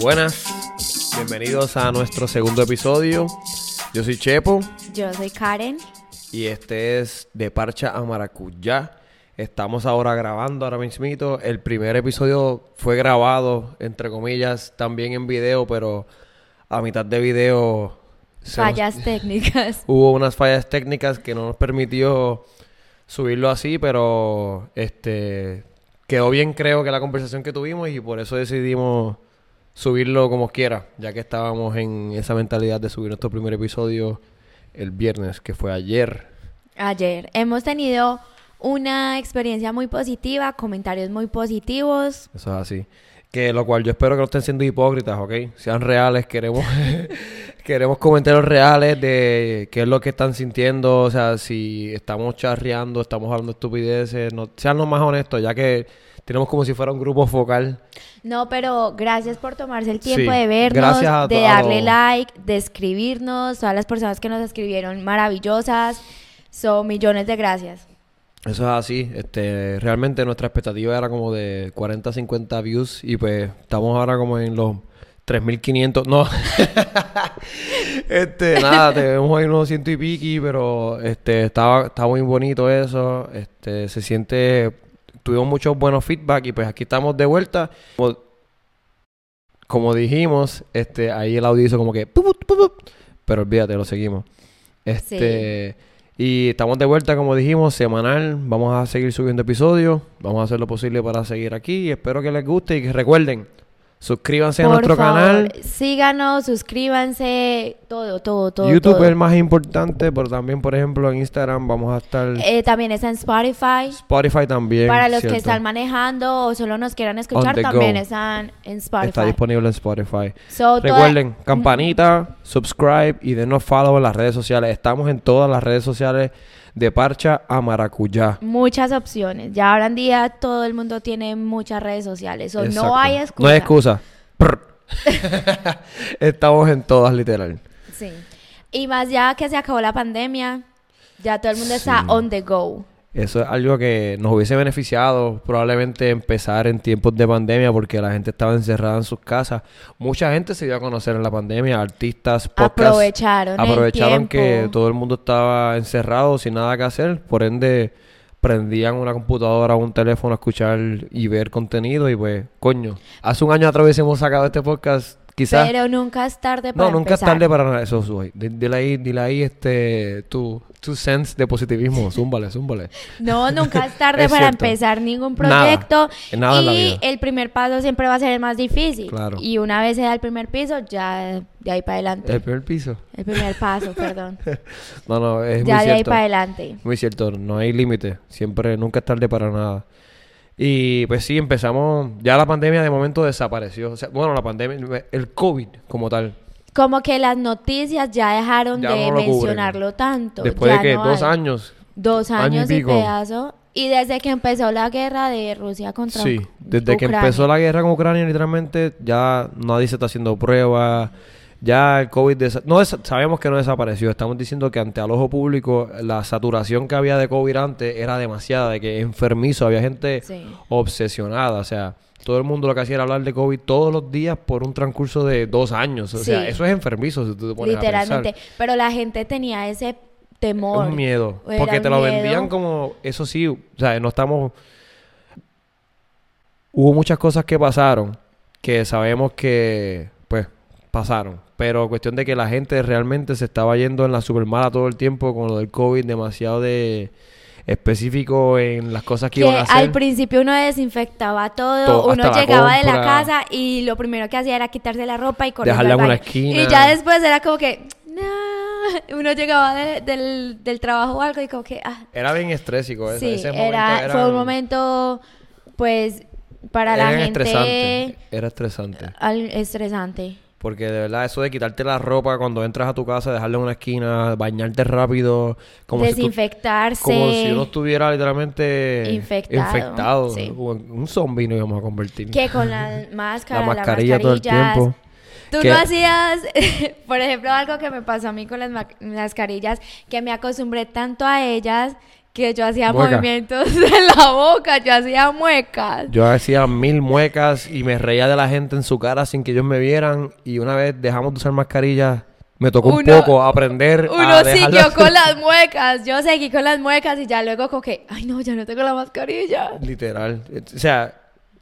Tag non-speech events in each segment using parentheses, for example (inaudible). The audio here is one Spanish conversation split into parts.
Buenas, bienvenidos a nuestro segundo episodio. Yo soy Chepo Yo soy Karen. y este es De Parcha a Maracuyá. Estamos ahora grabando, ahora mismito. El primer episodio fue grabado, entre comillas, también en video, pero a mitad de video... se nos- Fallas técnicas. (laughs) Hubo unas fallas técnicas que no nos permitió subirlo así, pero este quedó bien creo que la conversación que tuvimos y por eso decidimos subirlo como quiera, ya que estábamos en esa mentalidad de subir nuestro primer episodio el viernes, que fue ayer. Ayer hemos tenido una experiencia muy positiva, comentarios muy positivos. Eso es así. Que lo cual yo espero que no estén siendo hipócritas, ¿ok? Sean reales, queremos, (laughs) queremos comentarios reales de qué es lo que están sintiendo, o sea, si estamos charreando, estamos hablando estupideces, no, sean lo más honestos, ya que tenemos como si fuera un grupo focal. No, pero gracias por tomarse el tiempo Sí, de vernos, gracias a- de a darle lo- like, de escribirnos, todas las personas que nos escribieron maravillosas. Son millones de gracias. Eso es así, este, realmente nuestra expectativa era como de 40, 50 views y pues estamos ahora como en los 3500, no, (laughs) este, nada, tenemos ahí unos ciento y piqui, pero este, estaba, está muy bonito eso, este, se siente, tuvimos muchos buenos feedback y pues aquí estamos de vuelta. Como, como dijimos, este, ahí el audio hizo como que, pu, pu, pu, pu, pero olvídate, lo seguimos. Este... Y estamos de vuelta, como dijimos, semanal. Vamos a seguir subiendo episodios. Vamos a hacer lo posible para seguir aquí. Espero que les guste y que recuerden, suscríbanse a Por nuestro favor, canal. Síganos, suscríbanse, todo, todo, todo. YouTube todo. es el más importante, pero también, por ejemplo, en Instagram vamos a estar... Eh, también está en Spotify. Spotify también. Para los ¿cierto? que están manejando o solo nos quieran escuchar, the go. también están en Spotify. Está disponible en Spotify. So, toda- Recuerden, campanita, subscribe y denos follow en las redes sociales. Estamos en todas las redes sociales de Parcha a Maracuyá. Muchas opciones. Ya ahora en día todo el mundo tiene muchas redes sociales. O Exacto. no hay excusa. No hay excusa. Prr. (laughs) Estamos en todas, literal. Sí. Y más ya que se acabó la pandemia, ya todo el mundo está Sí. on the go. Eso es algo que nos hubiese beneficiado probablemente empezar en tiempos de pandemia porque la gente estaba encerrada en sus casas. Mucha gente se dio a conocer en la pandemia, artistas, podcasts. Aprovecharon el Aprovecharon que tiempo. todo el mundo estaba encerrado sin nada que hacer, por ende prendían una computadora o un teléfono a escuchar y ver contenido y pues, coño, hace un año atrás hubiésemos sacado este podcast, quizás... Pero nunca es tarde para No, nunca es empezar. tarde para nada. Eso, Suey. Di- Dile ahí, dile ahí este, tu, tu sense de (laughs) positivismo. Zúmbale, zúmbale. No, nunca es tarde (laughs) Es para cierto. empezar ningún Nada. proyecto. Nada en y la vida. el primer paso siempre va a ser el más difícil. Claro. Y una vez se da el primer piso, ya de ahí para adelante. El primer piso. (laughs) El primer paso, perdón. No, no, es ya muy de ahí cierto. para adelante. Muy cierto, no hay límite. Siempre, nunca es tarde para nada. Y pues sí, empezamos. Ya la pandemia de momento desapareció. O sea, bueno, la pandemia, el COVID como tal. Como que las noticias ya dejaron Ya de no lo cubren. mencionarlo tanto. Después ya de que no dos hay. años. Dos año y años y pico. pedazo. Y desde que empezó la guerra de Rusia contra Sí, Uc- desde que Ucrania. empezó la guerra con Ucrania, literalmente ya nadie se está haciendo pruebas. Ya el COVID. desa- no desa- sabemos que no desapareció. Estamos diciendo que ante al ojo público, la saturación que había de COVID antes era demasiada, de que enfermizo. Había gente Sí. obsesionada. O sea, todo el mundo lo que hacía era hablar de COVID todos los días por un transcurso de dos años. O sea, Sí. eso es enfermizo si tú te pones a pensar. Literalmente. Pero la gente tenía ese temor. Un miedo. Era Porque un te lo miedo. vendían como, eso sí, o sea, no estamos... Hubo muchas cosas que pasaron, que sabemos que, pues, pasaron. Pero cuestión de que la gente realmente se estaba yendo en la supermala todo el tiempo con lo del COVID, demasiado de específico en las cosas que, Que iban a hacer. al principio uno desinfectaba todo, Todo, uno hasta la llegaba de la compra. casa y lo primero que hacía era quitarse la ropa y correr Dejarla en al una baño. esquina. Y ya después era como que, no, (laughs) uno llegaba de- del, del trabajo o algo y como que, ah, Era bien estrésico. ese- sí, Pues, ese momento era, fue eran- un momento, pues, para la eran gente estresante. Era estresante. al- estresante. Porque de verdad eso de quitarte la ropa cuando entras a tu casa, dejarla en una esquina, bañarte rápido, como si, tú- Desinfectarse. como si uno estuviera literalmente Infectado, infectado. sí. O en Un zombie nos íbamos a convertir. que con la máscara, la las mascarilla todo el mascarillas, tiempo. Tú que- no hacías, (laughs) por ejemplo, algo que me pasó a mí con las ma- mascarillas, que me acostumbré tanto a ellas que yo hacía Mueca. movimientos (laughs) en la boca, yo hacía muecas. Yo hacía mil muecas y me reía de la gente en su cara sin que ellos me vieran. Y una vez dejamos de usar mascarillas, me tocó un Uno- poco aprender. Uno a dejar de siguió hacer- con las muecas, yo seguí con las muecas y ya luego con que, ay no, ya no tengo la mascarilla. Literal. O sea,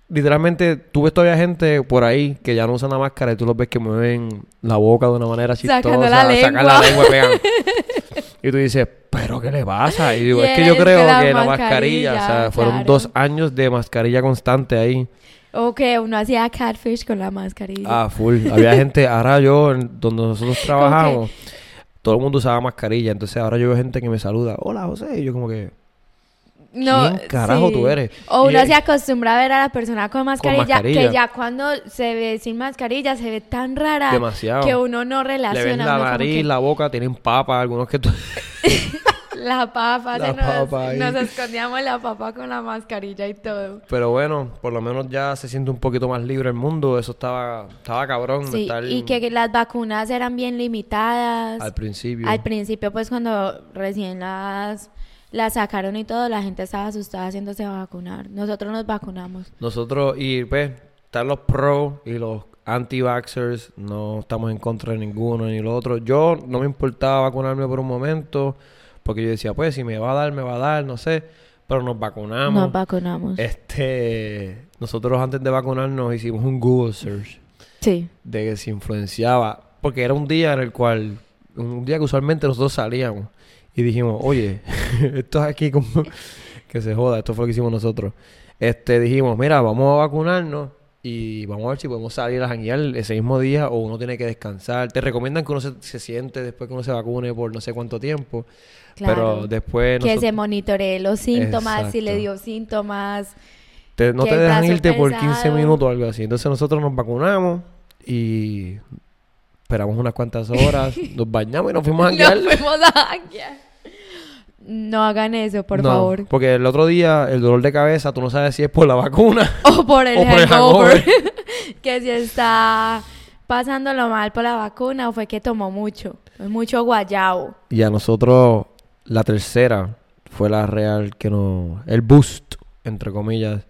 literalmente tú ves todavía gente por ahí que ya no usan la máscara y tú los ves que mueven la boca de una manera chistosa. Sacando la Sacan la lengua. lengua y pegan. (laughs) y tú dices, ¿pero qué le pasa? Y digo, Y es que yo es que creo la que la mascarilla, o sea, mascarilla, fueron claro. dos años de mascarilla constante ahí. O que uno hacía catfish con la mascarilla. Ah, full. Había gente, ahora yo, en donde nosotros trabajamos, (laughs) Como todo el mundo usaba mascarilla. Entonces ahora yo veo gente que me saluda, hola José, y yo como que, ¿Quién carajo tú eres? O Y uno es- se acostumbra a ver a la persona con mascarilla, mascarilla. que ya cuando se ve sin mascarilla se ve tan rara Demasiado. que uno no relaciona. le ven la uno como nariz, que la boca, tienen papa, algunos (laughs) que... tú- la papa, La se nos, papa ahí. nos escondíamos la papa con la mascarilla y todo. Pero bueno, por lo menos ya se siente un poquito más libre el mundo. Eso estaba, estaba cabrón. de Sí, estar y que las vacunas eran bien limitadas. al principio. Al principio, pues cuando recién las, las sacaron y todo, la gente estaba asustada haciéndose vacunar. Nosotros nos vacunamos. Nosotros, y pues, están los pros y los anti-vaxxers. No estamos en contra de ninguno ni lo otro. Yo no me importaba vacunarme por un momento. Porque yo decía, pues, si me va a dar, me va a dar, no sé. Pero nos vacunamos. Eh, Nos vacunamos. este, nosotros antes de vacunarnos hicimos un Google search. Sí. de que se influenciaba. Porque era un día en el cual, un día que usualmente nosotros salíamos y dijimos, oye, (laughs) esto es aquí como (laughs) que se joda, esto fue lo que hicimos nosotros. Este, dijimos, mira, vamos a vacunarnos y vamos a ver si podemos salir a janguear ese mismo día o uno tiene que descansar. Te recomiendan que uno se, se siente después que uno se vacune por no sé cuánto tiempo. Pero Claro. después que se nosotros- monitoree los síntomas, si Exacto. le dio síntomas. te- no que te el dejan brazo irte por pesado. 15 minutos o algo así. Entonces nosotros nos vacunamos y esperamos unas cuantas (laughs) horas, nos bañamos y nos fuimos a No pues, janguear. fuimos a (laughs) janguear. No hagan eso, por No, favor. Porque el otro día, el dolor de cabeza, tú no sabes si es por la vacuna. O por el O por el hangover. (laughs) que si está pasándolo mal por la vacuna o fue que tomó mucho. Mucho guayabo. Y a nosotros, la tercera fue la real que nos. El boost, entre comillas.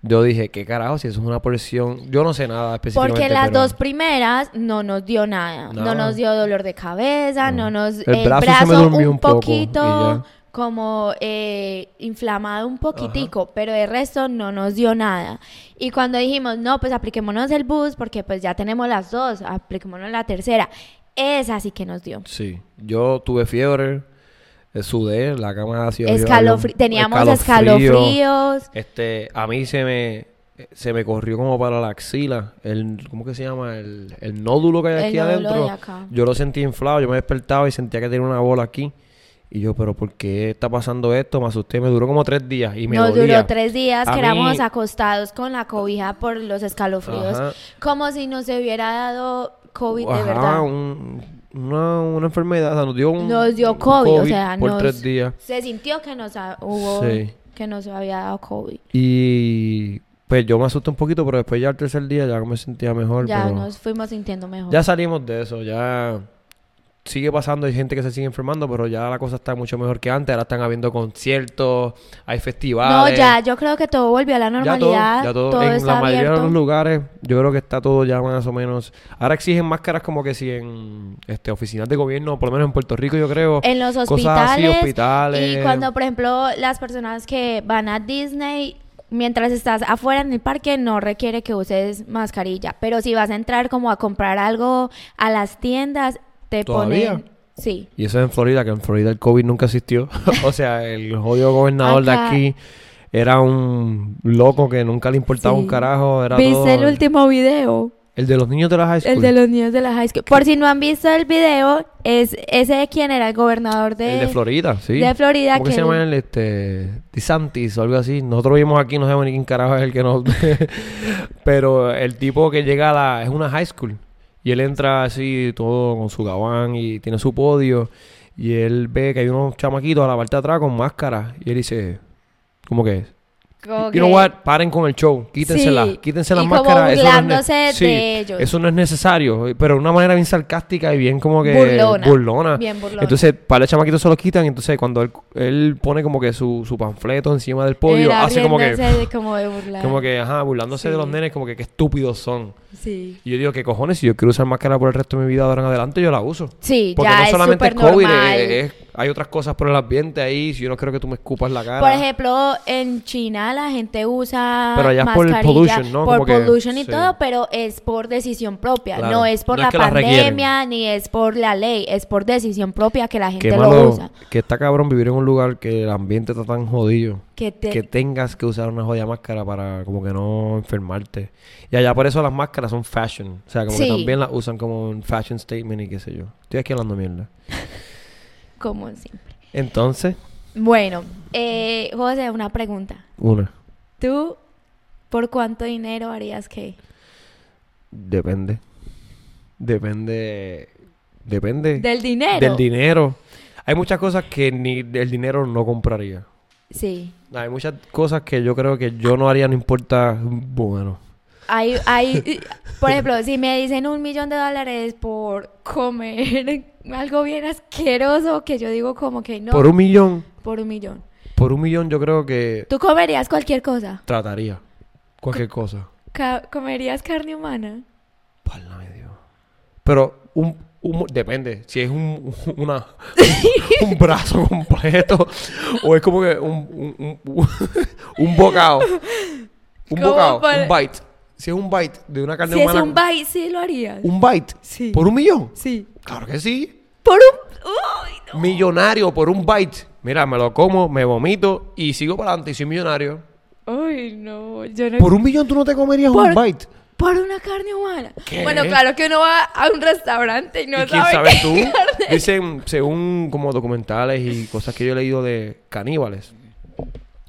Yo dije, ¿qué carajo? Si eso es una porción. Yo no sé nada específicamente. Porque las pero dos primeras no nos dio nada. No, Nada. nos dio dolor de cabeza, no, nos... El brazo se me durmió un poco, y ya. poquito como eh, inflamado un poquitico, pero el resto no nos dio nada. Y cuando dijimos, no, pues apliquémonos el bus porque pues ya tenemos las dos, apliquémonos la tercera. Esa sí que nos dio. Sí. Yo tuve fiebre, eh, sudé, la cama ha sido. Escalofri- teníamos escalofríos. Este, a mí se me se me corrió como para la axila, el ¿cómo que se llama? El, el nódulo que hay El aquí nódulo de adentro. acá. Yo lo sentí inflado, yo me despertaba y sentía que tenía una bola aquí. Y yo, pero ¿por qué está pasando esto? Me asusté, me duró como tres días y me Nos dolía. duró tres días A que mí- éramos acostados con la cobija por los escalofríos, Ajá. como si nos hubiera dado COVID Ajá, de verdad. un- una, una enfermedad, o sea, nos dio un Nos dio un COVID, o sea, por nos- tres días. Se sintió que nos ha- hubo Sí. que nos había dado COVID. Y pues yo me asusté un poquito, pero después ya el tercer día ya me sentía mejor. ya pero nos fuimos sintiendo mejor. ya salimos de eso, ya sigue pasando, hay gente que se sigue enfermando, pero ya la cosa está mucho mejor que antes, ahora están habiendo conciertos, hay no, festivales. ya, yo creo que todo volvió a la Ya todo, normalidad. ya todo, todo, en está la mayoría abierto. de los lugares, yo creo que está todo ya más o menos. Ahora exigen máscaras como que si en este oficinas de gobierno, por lo menos en Puerto Rico, yo creo. en los hospitales, cosas así, hospitales. y cuando por ejemplo las personas que van a Disney mientras estás afuera en el parque no requiere que uses mascarilla pero si vas a entrar como a comprar algo a las tiendas te ¿Todavía? ponen sí Y eso es en Florida, que en Florida el COVID nunca existió. (laughs) o sea, el jodido gobernador de Acá. aquí era un loco que nunca le importaba Sí. un carajo. Era viste todo... el último video El de los niños de la high school. el de los niños de la high school por si no han visto el video es ese de quién era el gobernador de, El de Florida, sí. de Florida, ¿Cómo que que se llama él- el este DeSantis o algo así? Nosotros vimos aquí, no sabemos ni quién carajo es el que nos (laughs) pero el tipo que llega a la es una high school y él entra así todo con su gabán y tiene su podio y él ve que hay unos chamaquitos a la parte de atrás con máscaras y él dice ¿Cómo que es? Como You know que- what? Paren con el show. Quítensela. Sí. Quítense las Y como máscaras. Eso no es ne- burlándose de ellos. Eso no es necesario. Pero de una manera bien sarcástica y bien como que... Burlona. burlona. Bien burlona. Entonces, para los chamaquitos se los quitan. Entonces, cuando él, él pone como que su, su panfleto encima del podio, Era hace como que... riéndose de- como de (laughs) burlar. Como que, ajá, burlándose de Sí. los nenes, como que qué estúpidos son. Sí. Y yo digo, ¿qué cojones? Si yo quiero usar máscara por el resto de mi vida de ahora en adelante, yo la uso. Sí, Porque ya no es solamente es súper COVID, eh, normal. es- es- hay otras cosas por el ambiente ahí. Si yo no creo que tú me escupas la cara. Por ejemplo, en China la gente usa Pero allá es por el mascarilla pollution, ¿no? por Como que- pollution y sí. todo, pero es por decisión propia. Claro. No es por No la es que la pandemia requieren. ni es por la ley, es por decisión propia que la gente Qué lo malo usa. que está cabrón vivir en un lugar que el ambiente está tan jodido. Que te- Que tengas que usar una jodida máscara para como que no enfermarte. Y allá por eso las máscaras son fashion. O sea, como Sí. que también las usan como un fashion statement y qué sé yo. Estoy aquí hablando mierda. Como siempre. Entonces, Bueno, eh, José, una pregunta. una. ¿Tú por cuánto dinero harías qué? Depende. Depende. Depende. ¿Del dinero? Del dinero. Hay muchas cosas que ni el dinero no compraría. Sí. Hay muchas cosas que yo creo que yo no haría, no importa. Bueno. Hay, (laughs) hay, por ejemplo, si me dicen un millón de dólares por comer (laughs) algo bien asqueroso, que yo digo como que no, Por un millón. por un millón. Por un millón yo creo que ¿Tú comerías cualquier cosa? trataría cualquier cosa. Ca- ¿Comerías carne humana? Válgame Dios. Pero un, un- depende. Si es un, (laughs) una- un, brazo (laughs) completo o es como que un, un, un- (laughs) un bocado. Un Como bocado. para- Un bite. Si es un bite de una carne Si es humana. un bite, sí lo harías. un bite. Sí. Por un millón. Sí. Claro que sí. Por un... ¡Uy, no! Millonario por un bite. Mira, me lo como, me vomito y sigo para adelante y soy millonario. ¡Uy, no! Yo no... Por un millón tú no te comerías un Por- bite. Por una carne humana. ¿Qué? Bueno, claro que uno va a un restaurante y no ¿Y quién sabe, sabe qué tú? carne- Dicen, según como documentales y cosas que yo he leído de caníbales,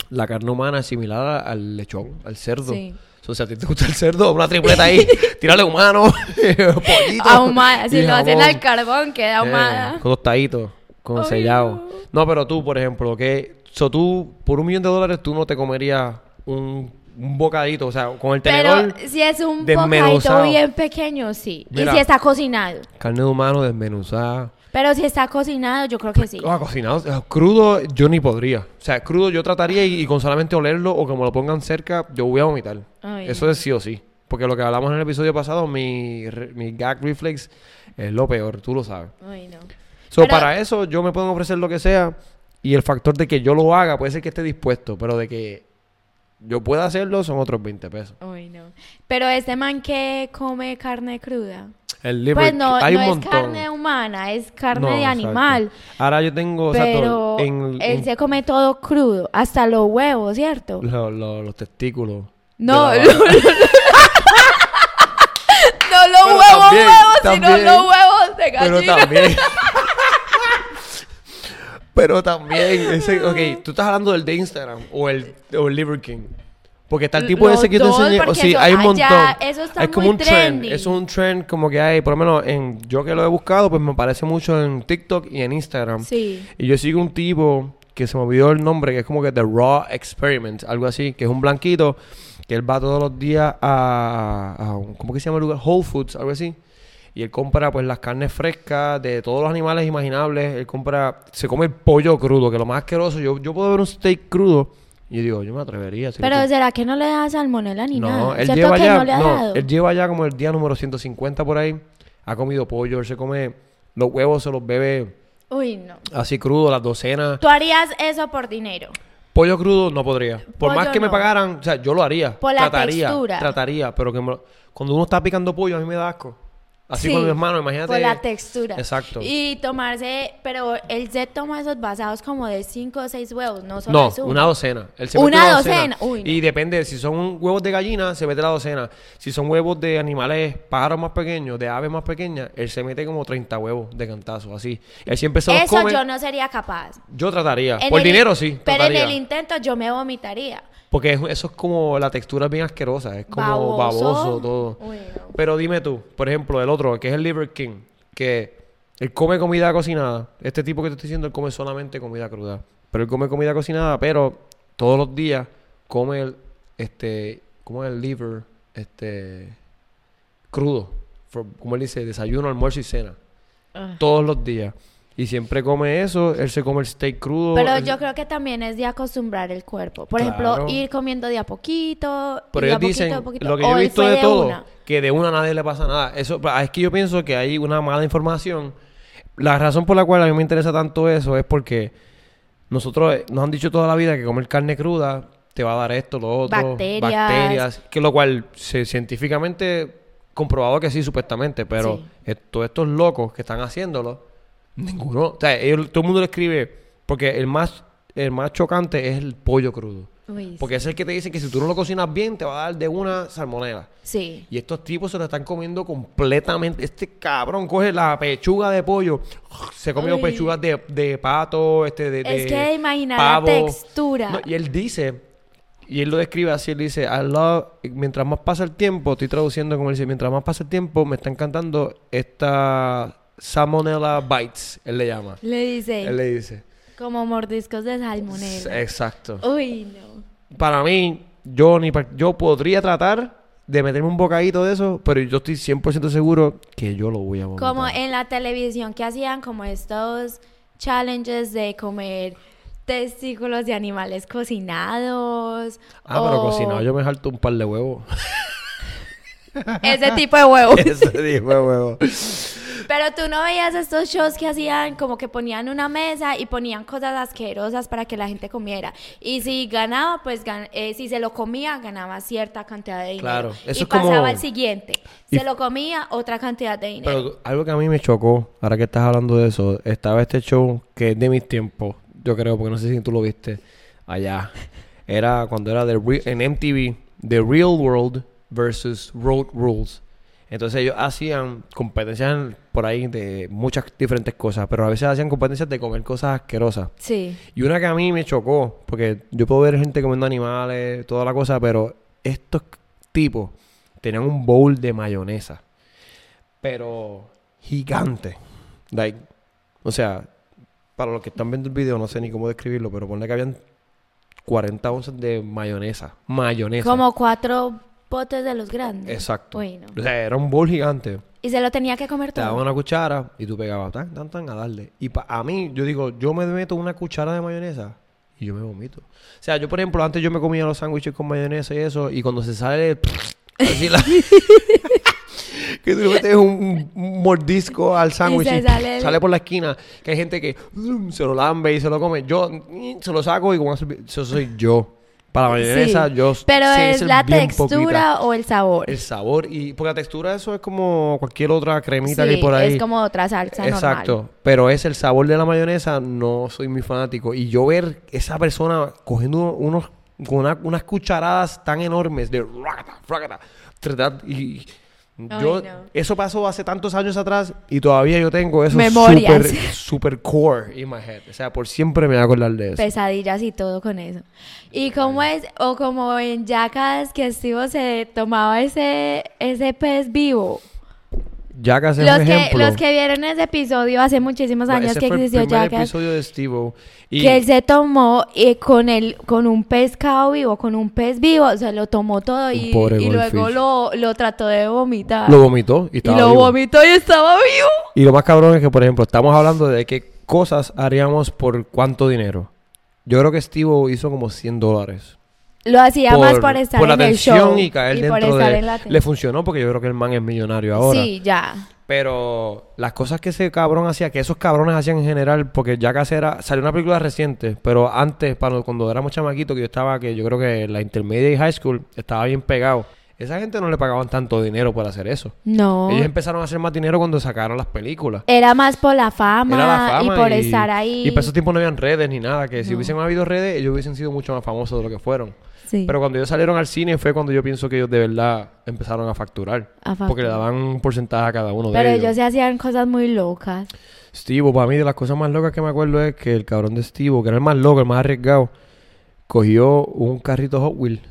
la carne humana es similar a- al lechón, al cerdo. Sí. O sea, ¿a ti te gusta el cerdo? Una tripleta (laughs) ahí, tírale humano, (laughs) pollito. Ahumada. Si y lo hacen jamón. al carbón, queda Eh, ahumada. con tostadito, con Ay, sellado. no. No. pero tú, por ejemplo, que so tú, por un millón de dólares, tú no te comerías un, un bocadito, o sea, con el tenedor, Pero si es un bocadito desmenuzado. bien pequeño, sí. Mira. Y si está cocinado. carne de humano desmenuzada. Pero si está cocinado, yo creo que sí. Ah, cocinado, ah, crudo yo ni podría. O sea, crudo yo trataría y, y con solamente olerlo o que me lo pongan cerca, yo voy a vomitar. Ay, Eso es sí o sí. Porque lo que hablamos en el episodio pasado, mi, re- mi gag reflex es lo peor, tú lo sabes. Ay, no. So, Pero- para eso yo me puedo ofrecer lo que sea y el factor de que yo lo haga puede ser que esté dispuesto, pero de que yo pueda hacerlo son otros 20 pesos. Ay, no. Pero este man que come carne cruda. El liver- Pues no, hay no un es montón. carne humana, es carne No, de exacto. animal. Ahora yo tengo, Pero exacto, en, él en se come todo crudo, hasta los huevos, ¿cierto? lo- lo- los testículos. No, (laughs) de la no, vaca. No los Pero huevos, también, huevos, sino también. los huevos de Pero gallina. también. pero también. Ese, ok, tú estás hablando del de Instagram o el, o el Liver King. Porque está el tipo Los ese que te dos, enseñé. O porque sí, eso- hay un montón. allá, eso está hay como muy un trend. trendy. Eso es un trend como que hay, por lo menos en yo que lo he buscado, pues me parece mucho en TikTok y en Instagram. Sí. Y yo sigo un tipo que se me olvidó el nombre, que es como que The Raw Experiment, algo así, que es un blanquito, que él va todos los días a, a un- ¿cómo que se llama el lugar? Whole Foods, algo así. Y él compra pues las carnes frescas de todos los animales imaginables. Él compra, se come el pollo crudo, que lo más asqueroso. Yo, yo puedo ver un steak crudo y yo digo, yo me atrevería. si lo Pero tengo. ¿será que no le da salmonela ni no, nada? él ¿Cierto lleva que ya, no le ha no, dado? él lleva ya como el día número 150 por ahí. Ha comido pollo, él se come los huevos, se los bebe Uy, no. así crudo, las docenas. Tú harías eso por dinero. Pollo crudo no podría. Por Pollo más que me no. pagaran, o sea, yo lo haría. Por la trataría, textura. Trataría, pero que me lo- cuando uno está picando pollo a mí me da asco. Así Sí, con mi hermano, imagínate. Por la textura. Exacto. Y tomarse, pero él se toma esos basados como de 5 o 6 huevos, no solo no, es uno. una docena. Él se Una mete docena. Uy, no. Y depende, si son huevos de gallina, se mete la docena. Si son huevos de animales, pájaros más pequeños, de aves más pequeñas, él se mete como 30 huevos de cantazo, así. Él siempre se los Eso come. yo no sería capaz. Yo trataría. En Por el in- dinero sí. Pero trataría. en el intento yo me vomitaría. Porque es- eso es como la textura es bien asquerosa, es como Baboso. baboso, todo. Uy, no. Pero dime tú, por ejemplo, el otro, que es el Liver King, que él come comida cocinada. Este tipo que te estoy diciendo, él come solamente comida cruda. Pero él come comida cocinada, pero todos los días come el, este, como el liver, este, crudo. For- como él dice, desayuno, almuerzo y cena. Ah. Todos los días. Y siempre come eso. Él se come el steak crudo. Pero él- yo creo que también es de acostumbrar el cuerpo. Por Claro. ejemplo, ir comiendo de a poquito. Pero de a ellos poquito, de dicen, a poquito. lo que O yo he él visto fue de, todo, una. que de una a nadie le pasa nada. Eso, pa- es que yo pienso que hay una mala información. La razón por la cual a mí me interesa tanto eso es porque nosotros eh, nos han dicho toda la vida que comer carne cruda te va a dar esto, lo otro, Bacterias. bacterias, que lo cual se, científicamente comprobado que sí, supuestamente, pero Sí. eh, todos estos locos que están haciéndolo, ninguno, o sea, ellos- todo el mundo lo escribe, porque el más, el más chocante es el pollo crudo. Uy, Porque es el que te dicen que si tú no lo cocinas bien, te va a dar de una salmonela. Sí. Y estos tipos se lo están comiendo completamente. Este cabrón coge la pechuga de pollo. Se comió Uy. pechugas de, de pato, este, de, Es de que imagina la textura. No, y él dice, y él lo describe así, él dice, I love, mientras más pasa el tiempo, estoy traduciendo como él dice, mientras más pasa el tiempo, me están cantando esta salmonella bites, él le llama. Le dice, Él le dice. como mordiscos de salmonella. Exacto. Uy, no. Para mí, yo ni par- yo podría tratar de meterme un bocadito de eso, pero yo estoy 100% seguro que yo lo voy a vomitar. Como en la televisión que hacían como estos challenges de comer testículos de animales cocinados. Ah, pero o cocinado yo (laughs) me salto un par de huevos. Ese tipo de (laughs) huevos. Ese tipo de huevos. Pero tú no veías estos shows que hacían como que ponían una mesa y ponían cosas asquerosas para que la gente comiera. Y si ganaba, pues gan- eh, si se lo comía, ganaba cierta cantidad de dinero. Claro, eso y es como- pasaba al siguiente. Y- Se lo comía otra cantidad de dinero. Pero algo que a mí me chocó, ahora que estás hablando de eso, estaba este show que es de mis tiempos, yo creo, porque no sé si tú lo viste allá. Era cuando era de Re- en MTV, The Real World versus Road Rules. Entonces ellos hacían competencias en- por ahí de muchas diferentes cosas, pero a veces hacían competencias de comer cosas asquerosas. Sí. Y una que a mí me chocó, porque yo puedo ver gente comiendo animales, toda la cosa, pero estos tipos tenían un bowl de mayonesa, pero gigante. Like, o sea, para los que están viendo el video, no sé ni cómo describirlo, pero ponle que habían 40 onzas de mayonesa. Mayonesa. Como cuatro botes de los grandes. Exacto. Bueno. O sea, era un bowl gigante. Y se lo tenía que comer Te daban todo. una cuchara y tú pegabas tan, tan, tan a darle. Y pa- a mí, yo digo, yo me meto una cuchara de mayonesa y yo me vomito. O sea, yo, por ejemplo, antes yo me comía los sándwiches con mayonesa y eso, y cuando se sale. (laughs) así la- (laughs) que tú le metes un, un mordisco al sándwich y, sale el- sale por la esquina. Que hay gente que mm, se lo lambe y se lo come. Yo mm, se lo saco y como eso eso soy yo. Para la mayonesa, Sí. yo. Pero sé es ser la bien textura poquita. o el sabor. El sabor y porque la textura de eso es como cualquier otra cremita que Sí, hay por ahí. Es como otra salsa Exacto, normal. pero es el sabor de la mayonesa, no soy muy fanático. Y yo ver esa persona cogiendo unos, con una- unas cucharadas tan enormes de racata, racata, tratar- y yo, Ay, no. eso pasó hace tantos años atrás y todavía yo tengo eso Memorias. super, super core in my head. O sea, por siempre me voy a acordar de eso. pesadillas y todo con eso. Y como es, o como en Jackass que Steve se tomaba ese, ese pez vivo. ya que hace Los un que, ejemplo. los que vieron ese episodio hace muchísimos años ese que fue el existió primer Jackass, episodio de Steve y que él se tomó eh, con el, con un pescado vivo, con un pez vivo, se lo tomó todo y, pobre y luego goldfish. lo, lo trató de vomitar. lo vomitó y y estaba lo vivo. vomitó y estaba vivo. Y lo más cabrón es que, por ejemplo, estamos hablando de qué cosas haríamos por cuánto dinero. Yo creo que Steve hizo como 100 dólares. Lo hacía más por estar la en el atención show y caer por dentro estar de... en la Le atención. funcionó porque yo creo que el man es millonario ahora. Sí, ya. Pero las cosas que ese cabrón hacía, que esos cabrones hacían en general, porque ya era... Salió una película reciente, pero antes, para cuando éramos chamaquitos, que yo estaba, que yo creo que en la intermedia y high school, estaba bien pegado. Esa gente no le pagaban tanto dinero por hacer eso. No. Ellos empezaron a hacer más dinero cuando sacaron las películas. Era más por la fama, Era la fama y por estar ahí. Y para esos tiempos no habían redes ni nada, que si No. hubiesen habido redes, ellos hubiesen sido mucho más famosos de lo que fueron. Sí. Pero cuando ellos salieron al cine fue cuando yo pienso que ellos de verdad empezaron a facturar. A facturar. Porque le daban un porcentaje a cada uno Pero de ellos ellos. se hacían cosas muy locas. Steve, para mí de las cosas más locas que me acuerdo es que el cabrón de Steve, que era el más loco, el más arriesgado, cogió un carrito Hot (laughs) Wheels.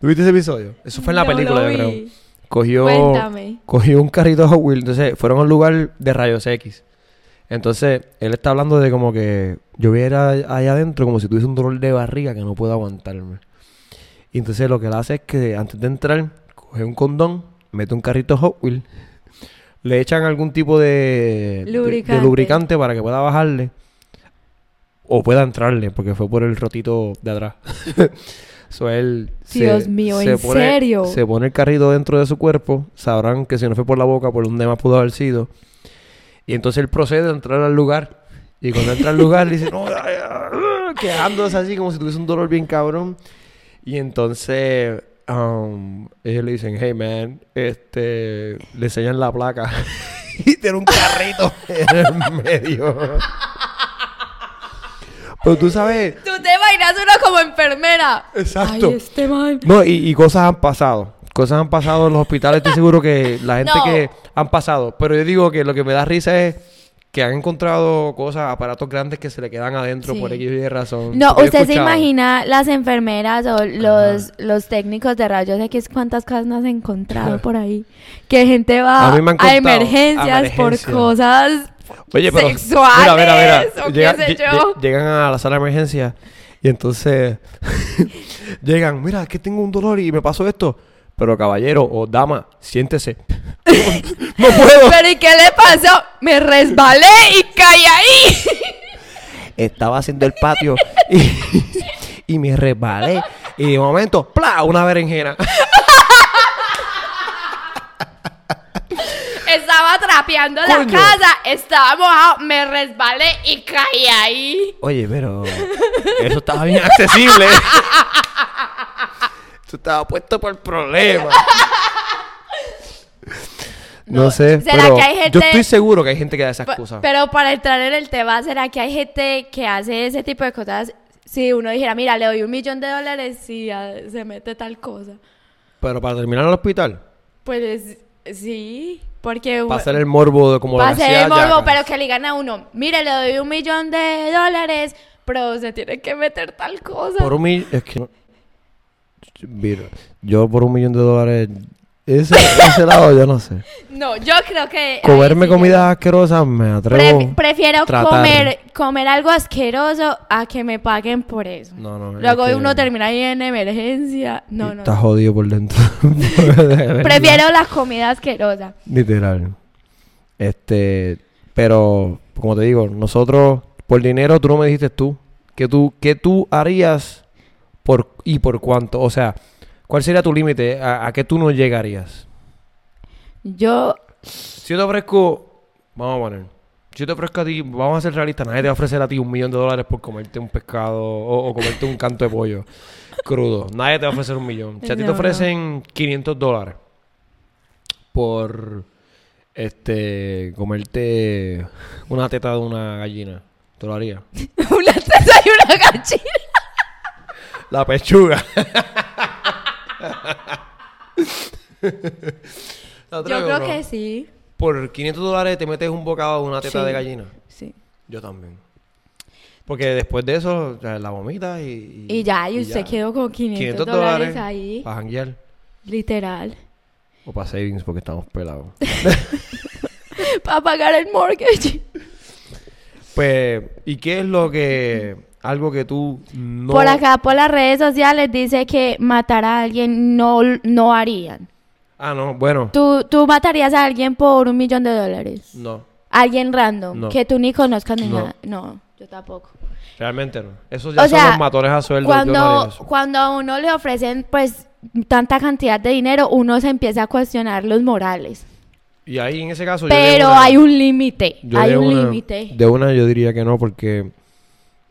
¿Tuviste ese episodio? Eso fue en la No película, lo yo creo. vi. Cogió, Cuéntame. cogió un carrito Hot Wheels. Entonces fueron a un lugar de rayos X. Entonces, él está hablando de como que yo viera allá adentro como si tuviese un dolor de barriga que no puedo aguantarme. Y entonces lo que él hace es que antes de entrar, coge un condón, mete un carrito Hot Wheel, le echan algún tipo de de- Lubricante. de lubricante para que pueda bajarle o pueda entrarle, porque fue por el rotito de atrás. so, él Dios mío, ¿en pone- serio? Se pone el carrito dentro de su cuerpo. Sabrán que si no fue por la boca, por donde más pudo haber sido. Y entonces él procede a entrar al lugar. Y cuando entra al lugar, dice, no, ay, ah", quejándose así como si tuviese un dolor bien cabrón. Y entonces um, ellos le dicen, hey man, este, le enseñan la placa. (laughs) y tiene un carrito en el (laughs) medio. Pero tú sabes, Tú te imaginas uno como enfermera. Exacto. Ay, este man. no, y, y cosas han pasado. Cosas han pasado en los hospitales, estoy seguro que la gente No. que han pasado. Pero yo digo que lo que me da risa es que han encontrado cosas, aparatos grandes que se le quedan adentro Sí. por X y razón. No, Porque yo he usted se escuchado. imagina las enfermeras o los, los técnicos de rayos X cuántas casas no has encontrado por ahí. Que gente va A a, mí me han contado, emergencias por emergencia. cosas Oye, pero. sexuales. mira, mira, mira. o Llega- qué sé lle- yo. lle- llegan a la sala de emergencia y entonces (laughs) llegan, mira, es que tengo un dolor y me pasó esto. Pero caballero o dama, siéntese. (laughs) no puedo. Pero ¿y qué le pasó? Me resbalé y caí ahí. (laughs) Estaba haciendo el patio (laughs) y, y me resbalé. Y de momento, ¡pla! Una berenjena. (laughs) Estaba trapeando la Coño. casa, estaba mojado, me resbalé y caí ahí. Oye, pero eso estaba bien (laughs) accesible. Eso estaba puesto por problema. No, No, sé, ¿será pero que hay gente- yo estoy seguro que hay gente que da esas Pe- cosas. Pero para entrar en el tema, ¿será que hay gente que hace ese tipo de cosas? Si uno dijera, mira, le doy un millón de dólares si ah, se mete tal cosa. Pero para terminar en el hospital, Pues sí, porque... para hacer el morbo de como lo va a ser hacía el morbo, Jackass. pero que le digan a uno, mire, le doy un millón de dólares, pero se tiene que meter tal cosa. Por un millón, es que no- Mira, yo por un millón de dólares, ese, ese lado yo no sé. No, yo creo que... Comerme ahí sí yo- comida asquerosa me atrevo. Pref- prefiero tratar. comer, comer algo asqueroso a que me paguen por eso. No, no, es Luego que- uno termina ahí en emergencia. Y No, no. Estás jodido por dentro. (laughs) De verdad. Prefiero la comida asquerosa. Literal. Este, pero como te digo, nosotros por dinero tú no me dijiste tú que tú que tú harías por y por cuánto, o sea, ¿cuál sería tu límite a, a qué tú no llegarías? Yo, (laughs) Si yo te ofrezco, vamos a poner, si yo te ofrezco a ti, vamos a ser realistas, nadie te va a ofrecer a ti un millón de dólares por comerte un pescado o, o comerte un canto de (laughs) pollo crudo. Nadie te va a ofrecer un millón. Si a ti te No, no. ofrecen 500 dólares por este comerte una teta de una gallina, ¿tú lo (laughs) harías? una teta y una gallina. La pechuga. (laughs) ¿Te atreves Yo o creo no? que sí. Por 500 dólares te metes un bocado de una teta Sí. de gallina. Sí. Yo también. Porque después de eso, o sea, la vomitas y... Y ya, y usted ya. quedó con 500, dólares ahí. Para janguear. Literal. (laughs) O para savings porque estamos pelados. Para pagar el mortgage. pues, ¿y qué es lo que... Algo que tú no... Por acá, por las redes sociales, dice que matar a alguien no, no harían. Ah, no, bueno. ¿Tú, tú matarías a alguien por un millón de dólares. No, Alguien random, No. que tú ni conozcas ni No. nada. No, yo tampoco. realmente no. Esos ya O son sea, los matones a sueldo. yo no haría cuando, eso. cuando a uno le ofrecen pues tanta cantidad de dinero, uno se empieza a cuestionar los morales. Y ahí, en ese caso... yo de Pero una- hay un límite, yo hay de un una- límite. De una yo diría que no porque...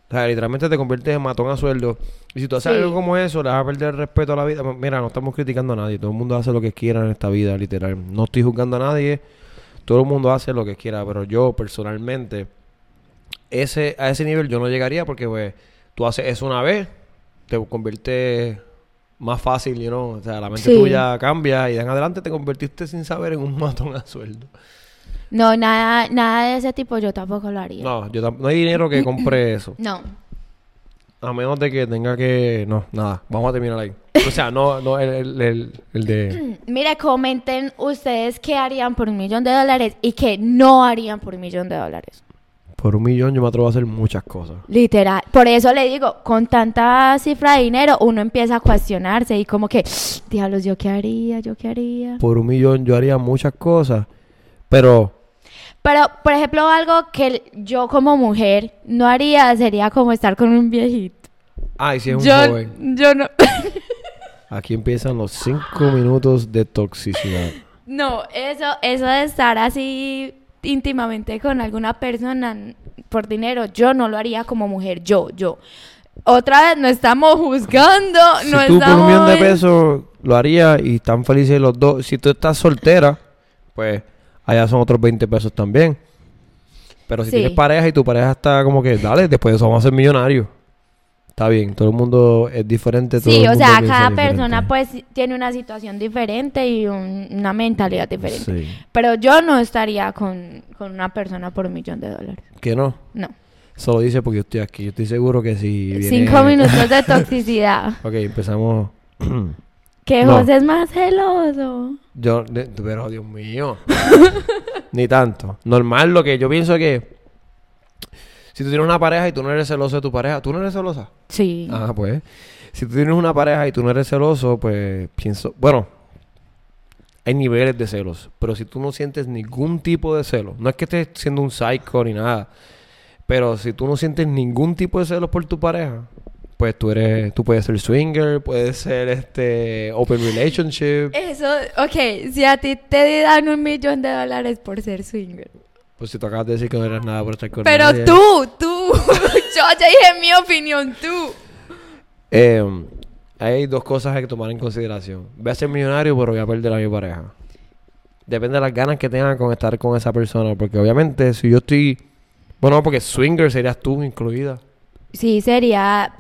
O sea, literalmente te conviertes en matón a sueldo. Y si tú haces Sí. algo como eso, le vas a perder el respeto a la vida. M- Mira, no estamos criticando a nadie. Todo el mundo hace lo que quiera en esta vida, literal. No estoy juzgando a nadie. Todo el mundo hace lo que quiera. Pero yo, personalmente, ese, a ese nivel yo no llegaría porque, pues, tú haces eso una vez, te conviertes más fácil, you know? O sea, la mente Sí. tuya cambia y de en adelante te convertiste sin saber en un matón a sueldo. No, nada, nada de ese tipo yo tampoco lo haría. No, yo tam- no hay dinero que compre eso. No. A menos de que tenga que... No, nada. Vamos a terminar ahí. O sea, no, no, el, el, el, el de... Mira, comenten ustedes qué harían por un millón de dólares y qué no harían por un millón de dólares. Por un millón yo me atrevo a hacer muchas cosas. Literal. Por eso le digo, con tanta cifra de dinero uno empieza a cuestionarse y como que, diablos, ¿yo qué haría? ¿Yo qué haría? Por un millón yo haría muchas cosas. Pero Pero, por ejemplo, algo que yo como mujer no haría sería como estar con un viejito. Ay, si es un yo, joven. yo no... (laughs) Aquí empiezan los cinco minutos de toxicidad. No, eso, eso de estar así íntimamente con alguna persona n- por dinero, yo no lo haría como mujer, yo, yo. Otra vez, no estamos juzgando, si no tú por un estamos... millón de pesos lo harías y están felices los dos. Si tú estás soltera, pues allá son otros 20 pesos también. Pero si Sí. tienes pareja y tu pareja está como que, dale, después de eso vamos a ser millonarios. Está bien, todo el mundo es diferente. todo Sí, el o mundo sea, piensa cada diferente. persona pues tiene una situación diferente y un- una mentalidad diferente. Sí. Pero yo no estaría con, con una persona por un millón de dólares. Que no, No. solo dice porque yo estoy aquí. Yo estoy seguro que si viene... Cinco minutos de toxicidad. (laughs) ok, empezamos... (clears throat) que No. José es más celoso. Yo, de- pero Dios mío. (laughs) Ni tanto. Normal lo que yo pienso que. Si tú tienes una pareja y tú no eres celoso de tu pareja, tú no eres celosa. Sí. Ah, pues. Si tú tienes una pareja y tú no eres celoso, pues pienso. Bueno, hay niveles de celos. Pero si tú no sientes ningún tipo de celo, no es que estés siendo un psycho ni nada. Pero si tú no sientes ningún tipo de celos por tu pareja, pues tú eres. Tú puedes ser swinger, puedes ser este. Open relationship. Eso, ok, si a ti te dan un millón de dólares por ser swinger. Pues si tú acabas de decir que no eras nada por estar con Pero nadie. tú, tú, (laughs) yo ya dije mi opinión, tú. Eh, hay dos cosas que tomar en consideración. Voy a ser millonario, pero voy a perder a mi pareja. Depende de las ganas que tenga con estar con esa persona. Porque obviamente, si yo estoy. Bueno, porque swinger serías tú incluida. Sí, sería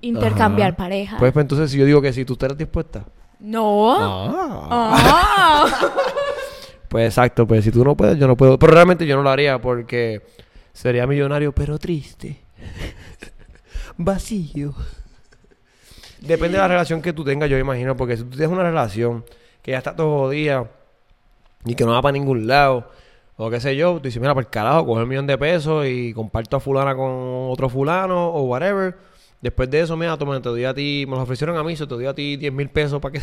intercambiar Ajá. pareja. Pues, pues, entonces, si yo digo que si tú estás dispuesta. no. Ah. Ah. (laughs) Pues exacto, pues si tú no puedes, yo no puedo. Pero realmente yo no lo haría porque sería millonario, pero triste. (laughs) Vacío. Depende de la relación que tú tengas, yo imagino, porque si tú tienes una relación que ya está todo jodida y que no va para ningún lado, o qué sé yo, tú dices, mira, para el carajo, coge el millón de pesos y comparto a fulana con otro fulano o whatever. Después de eso, mira, toma, te doy a ti, me los ofrecieron a mí, se te doy a ti 10 mil pesos para que...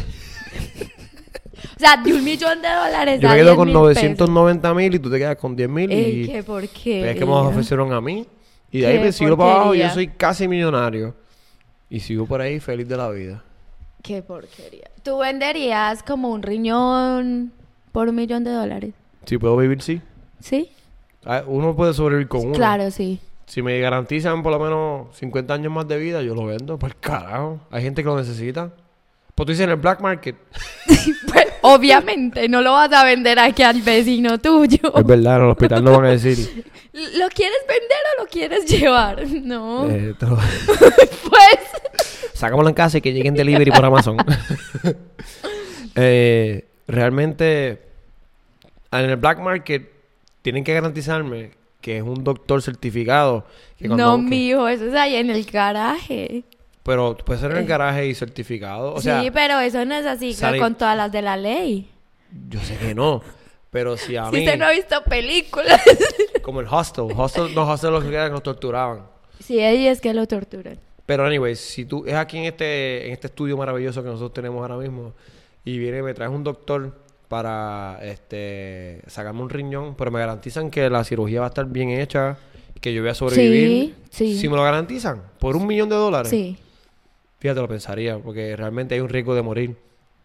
O sea, de un millón de dólares. Yo a me quedo 10.000 con pesos. 990 mil y tú te quedas con 10 mil. Ey, Y ¿qué por pero qué? Pues es que me los ofrecieron a mí. Y de ahí Eh, Qué me sigo para abajo y yo porquería. soy casi millonario. Y sigo por ahí feliz de la vida. Qué porquería. ¿Tú venderías como un riñón por un millón de dólares? Si puedo vivir, sí. ¿Sí? Ah, Uno puede sobrevivir con uno. Claro, sí. Si me garantizan por lo menos 50 años más de vida, yo lo vendo. Pues carajo. Hay gente que lo necesita. Pues tú dices en el black (laughs) market. Pues, obviamente, no lo vas a vender aquí al vecino tuyo. Es verdad, en el hospital no van a decir. ¿Lo quieres vender o lo quieres llevar? (laughs) No. eh, te lo- (laughs) Pues. Sacámoslo en casa y que lleguen delivery por (laughs) Amazon. (laughs) Eh, realmente, en el black market tienen que garantizarme que es un doctor certificado. que cuando- No, que- mijo, eso es ahí en el garaje. Pero puede ser en el garaje y certificado. O sea, Eh. sí, pero eso no es así sale- con todas las de la ley. yo sé que no. Pero si a (laughs) Si mí, usted no ha visto (laughs) películas. como el hostel, hostel, los hostels los que eran que nos torturaban. sí, ahí es que lo torturan. Pero anyways, si tú es aquí en este en este estudio maravilloso que nosotros tenemos ahora mismo y viene y me traes un doctor para este sacarme un riñón, pero me garantizan que la cirugía va a estar bien hecha, que yo voy a sobrevivir. Sí, sí. Si me lo garantizan por un millón de dólares. Sí. Fíjate, lo pensaría, porque realmente hay un riesgo de morir,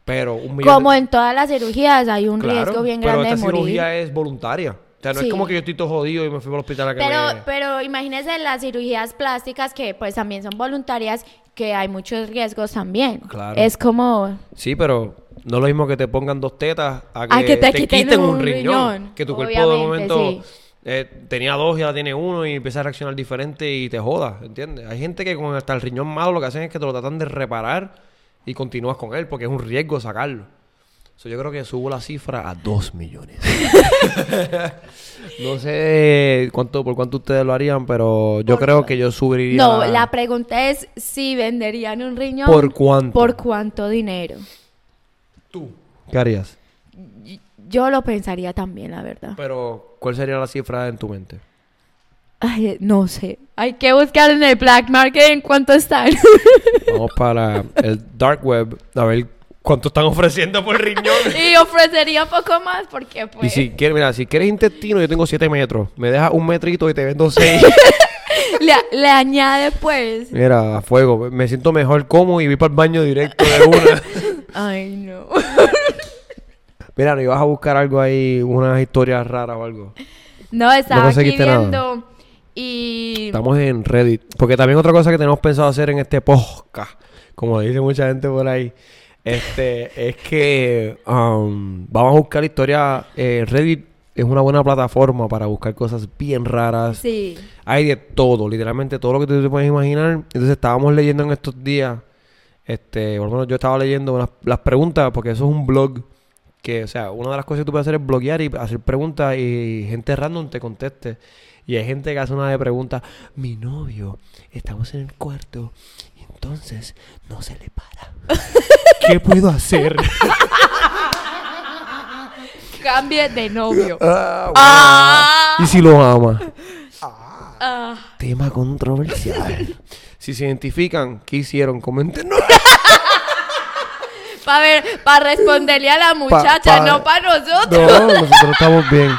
pero un millón Como de- en todas las cirugías hay un Claro, riesgo bien pero grande de esta morir. cirugía es voluntaria. O sea, no Sí. es como que yo estoy todo jodido y me fui al hospital a que Pero, me- pero imagínese las cirugías plásticas que pues también son voluntarias, que hay muchos riesgos también. Claro. Es como... Sí, pero no es lo mismo que te pongan dos tetas a que, A Ah, que te, te quiten, quiten un un riñón. riñón. Que tu cuerpo de Obviamente, momento sí. eh, tenía dos y ahora tiene uno y empieza a reaccionar diferente y te joda, ¿entiendes? Hay gente que con hasta el riñón malo lo que hacen es que te lo tratan de reparar y continúas con él porque es un riesgo sacarlo. So, yo creo que subo la cifra a dos millones. (laughs) no sé cuánto por cuánto ustedes lo harían, pero yo creo que yo subiría. No, la pregunta es si venderían un riñón. ¿Por cuánto? ¿Por cuánto dinero? tú. ¿Qué harías? Yo lo pensaría también, la verdad. Pero, ¿cuál sería la cifra en tu mente? Ay, no sé. Hay que buscar en el black market en cuánto están. (laughs) Vamos para el dark web a ver cuánto están ofreciendo por riñón. y ofrecería poco más porque pues... Y si quieres, mira, si quieres intestino, yo tengo 7 metros. Me dejas un metrito y te vendo 6. le, le añade pues... mira, a fuego. Me siento mejor como y voy para el baño directo de una. (laughs) Ay, no. Mira, ¿no ibas a buscar algo ahí, unas historias raras o algo? No, estaba No aquí conseguiste nada. viendo y... Estamos en Reddit. Porque también otra cosa que tenemos pensado hacer en este podcast, como dice mucha gente por ahí, este, (laughs) es que um, vamos a buscar historias. eh, Reddit es una buena plataforma para buscar cosas bien raras. Sí. Hay de todo, literalmente todo lo que tú te puedes imaginar. Entonces estábamos leyendo en estos días, este, por lo menos yo estaba leyendo unas- las preguntas, porque eso es un blog. Que, o sea, una de las cosas que tú puedes hacer es bloguear y hacer preguntas y gente random te conteste. Y hay gente que hace una de preguntas. Mi novio, estamos en el cuarto y entonces no se le para. (laughs) ¿Qué puedo hacer? Cambie (laughs) de novio. Ah, (laughs) Ah. wow. ¿Y si lo ama? Ah, Tema controversial. si se identifican, ¿qué hicieron? Comenten. para ver, para responderle a la muchacha, pa- no para No, nosotros. nosotros estamos bien.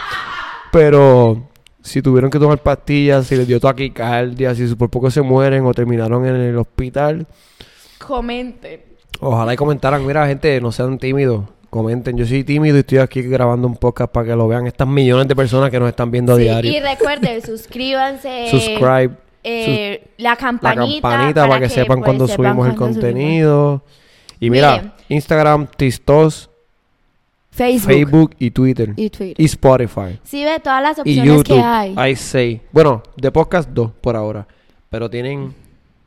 Pero si tuvieron que tomar pastillas, si les dio taquicardia, si por poco se mueren o terminaron en el hospital, Comenten. ojalá y comentaran. Mira, gente, no sean tímidos. Comenten. Yo soy tímido y estoy aquí grabando un podcast para que lo vean estas millones de personas que nos están viendo a Sí, diario. y recuerden, suscríbanse. (laughs) Subscribe. eh, la la campanita. campanita para, que, sepan pues, cuando sepan subimos el cuándo subimos. contenido. Y Miren. mira, Instagram, Tistos, Facebook, Facebook y Twitter. y Twitter. Y Spotify. sí, ve todas las y opciones YouTube. que hay. Hay seis. Bueno, de podcast dos por ahora. Pero tienen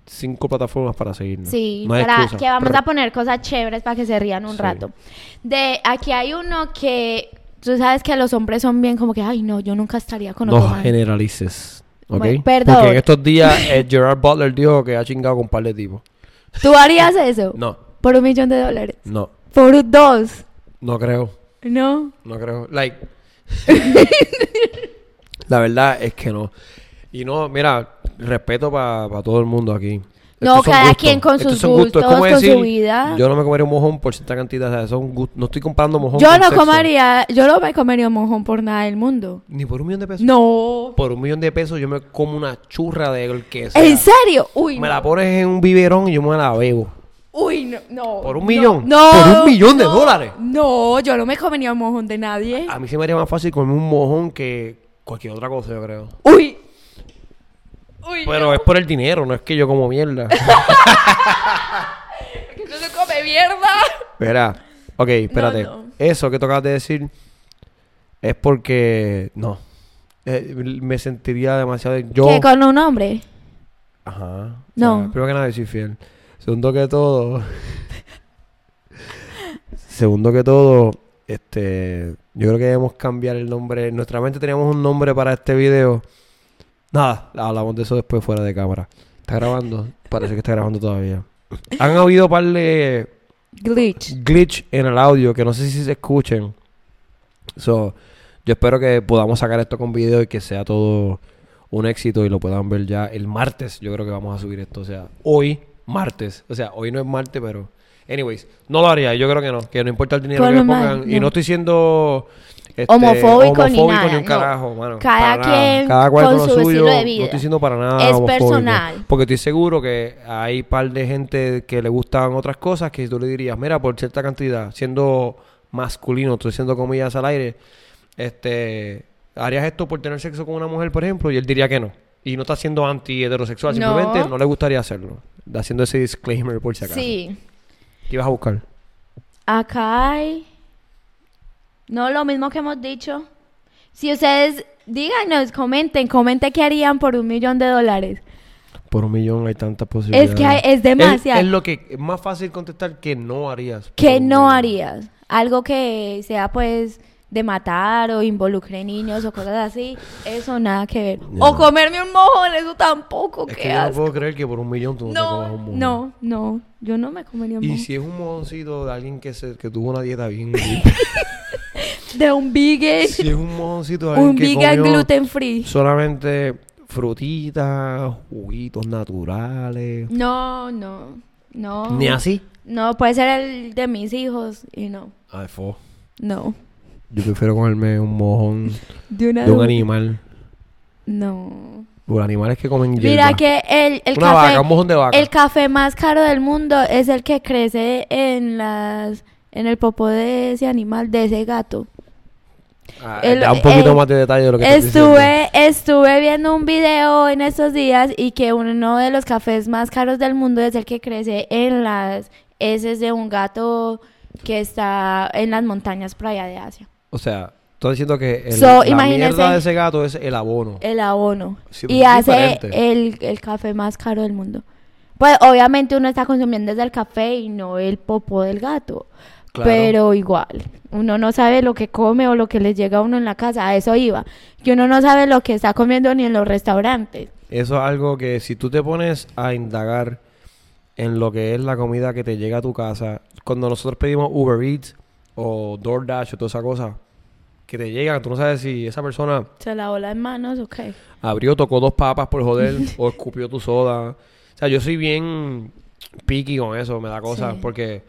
cinco plataformas para seguirnos. Sí, No hay para excusa. que vamos Prr. a poner cosas chéveres para que se rían un Sí. rato. De aquí hay uno que tú sabes que los hombres son bien como que, ay, no, yo nunca estaría con otro No man". generalices. ¿Ok? Bueno, perdón. Porque en estos días eh, Gerard Butler dijo que ha chingado con un par de tipos. ¿Tú harías eso? No, Por un millón de dólares. no, Por un dos. no creo. No. No creo. (laughs) Like. la verdad es que no. Y no, mira, respeto para todo el mundo aquí. No, Estos son cada gustos. quien con Estos sus son Es gustos, como con su decir, vida. Yo no me comería un mojón por cierta cantidad. O sea, son gust- no estoy comprando mojón. Yo con no sexo. comería, yo no me comería un mojón por nada del mundo. Ni por un millón de pesos. No. Por un millón de pesos yo me como una churra de el que sea. ¿En serio? Uy, Me no. la pones en un biberón y yo me la bebo. Uy, no, no. ¿Por un no, millón? No. ¿Por un millón de no, dólares? Ah, No, yo no me comería un mojón de nadie. A mí se me haría más fácil comerme un mojón que cualquier otra cosa, yo creo. Uy. Uy, ah. Pero no, es por el dinero, no es que yo como mierda. que no se come mierda. Verá, ok, espérate. No, no. Eso que tocabas de decir es porque no. Eh, me sentiría demasiado. Yo. ¿Qué con un hombre? Ajá. No. O sea, primero que nada, yo soy fiel. Segundo que todo. segundo que todo, este. Yo creo que debemos cambiar el nombre. En nuestra mente teníamos un nombre para este video. Nada, hablamos de eso después fuera de cámara. ¿Está grabando? Parece que está grabando todavía. Han habido par de Glitch. glitch en el audio que no sé si se escuchen. So, yo espero que podamos sacar esto con video y que sea todo un éxito y lo puedan ver ya el martes. Yo creo que vamos a subir esto, o sea, hoy martes. O sea, hoy no es martes, pero anyways, no lo haría, yo creo que no, que no importa el dinero Por que le lo mal, pongan y Pues no. no estoy siendo este, Homofóbico ni nada, un no. carajo, mano, Cada para nada. quien Cada cual con lo su estilo de No vida. estoy siendo para nada Es homofóbico. personal. Porque estoy seguro que hay par de gente que le gustan otras cosas que tú le dirías, mira, por cierta cantidad, siendo masculino, estoy haciendo comillas al aire, este, harías esto por tener sexo con una mujer, por ejemplo, y él diría que no. Y no está siendo anti-heterosexual, No. simplemente no le gustaría hacerlo. Haciendo ese disclaimer por si acaso. Sí. ¿Qué ibas a buscar? Acá hay... No, lo mismo que hemos dicho. Si ustedes, díganos, comenten, comenten qué harían por un millón de dólares. Por un millón hay tantas posibilidades. hay- es demasiado. Es, es lo que es más fácil contestar que no harías. ¿Qué por un no millón. harías? Algo que sea pues de matar o involucre niños o cosas así, eso nada que ver. Ya. O comerme un mojón, eso tampoco, Es qué que yo no asco. puedo creer que por un millón tú no, te comas No, un mojón. no, no, yo no me comería un Y mojón. si es un mojoncito de alguien que, se, que tuvo una dieta (laughs) bien limpia. De un big si es un mojoncito de alguien un que big comió gluten free. solamente frutitas, juguitos naturales. No, no, no. Ni así. No, puede ser el de mis hijos y no, Ay, fo. no. Yo prefiero comerme un mojón De una de un animal. No. Los animales que comen hierba. Mira que el, el Una café... vaca, un mojón de vaca. El café más caro del mundo es el que crece en las en el popó de ese animal, de ese gato. Ah, el- da un poquito el- eh. más de detalle de lo que te estoy diciendo. Estuve estuve viendo un video en estos días y que uno de los cafés más caros del mundo es el que crece en las heces de un gato que está en las montañas por allá de Asia. O sea, estoy diciendo que el, So, la imagínese- mierda de ese gato es el abono. El abono. Sí, pues y es hace diferente. el, el café más caro del mundo. Pues obviamente uno está consumiendo desde el café y no el popó del gato. Claro. Pero igual, uno no sabe lo que come o lo que le llega a uno en la casa, a eso iba. Que uno no sabe lo que está comiendo ni en los restaurantes. Eso es algo que si tú te pones a indagar en lo que es la comida que te llega a tu casa, cuando nosotros pedimos Uber Eats o DoorDash o toda esa cosa, que te llegan, tú no sabes si esa persona Se la las manos, ok. abrió, tocó dos papas por (laughs) joder o escupió tu soda. O sea, yo soy bien picky con eso, me da cosa, Sí. porque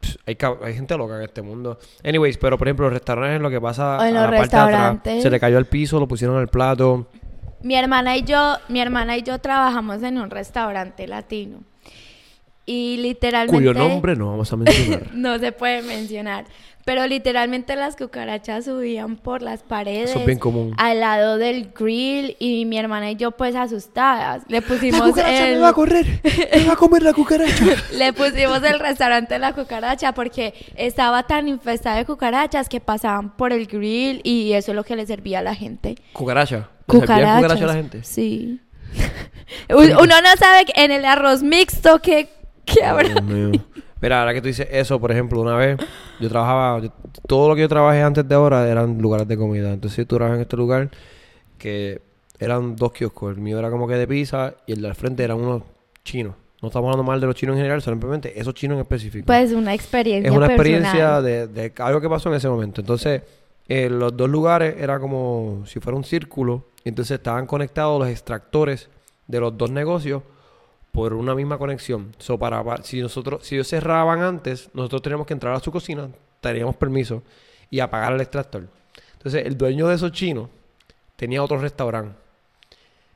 pss, hay, cab- hay gente loca en este mundo. Anyways, pero por ejemplo, los restaurantes, lo que pasa O en a los la parte de atrás, restaurantes. se le cayó al piso, lo pusieron al plato. Mi hermana y yo, mi hermana y yo trabajamos en un restaurante latino. Y literalmente Cuyo nombre no vamos a mencionar. no se puede mencionar, pero literalmente las cucarachas subían por las paredes. Eso es bien común. Al lado del grill y mi hermana y yo pues asustadas. Le pusimos el- correr. Me va a comer la cucaracha. (laughs) le pusimos el restaurante de la cucaracha porque estaba tan infestada de cucarachas que pasaban por el grill y eso es lo que le servía a la gente. (laughs) Cucaracha. ¿Le servían Cucarachas. cucaracha a la gente? (laughs) Sí. Un- Uno no sabe que en el arroz mixto que, que habrá. Dios mío. Mira, ahora que tú dices eso, por ejemplo, una vez yo trabajaba, yo- todo lo que yo trabajé antes de ahora eran lugares de comida. Entonces yo trabajaba en este lugar que eran dos kioscos. El mío era como que de pizza y el de al frente eran unos chinos. No estamos hablando mal de los chinos en general, simplemente esos chinos en específico. Pues una experiencia es una personal. experiencia de, de algo que pasó en ese momento. Entonces, eh, los dos lugares era como si fuera un círculo. Y entonces estaban conectados los extractores de los dos negocios por una misma conexión. So, para, pa- si nosotros, si ellos cerraban antes, nosotros teníamos que entrar a su cocina, teníamos permiso y apagar el extractor. Entonces, el dueño de esos chinos tenía otro restaurante.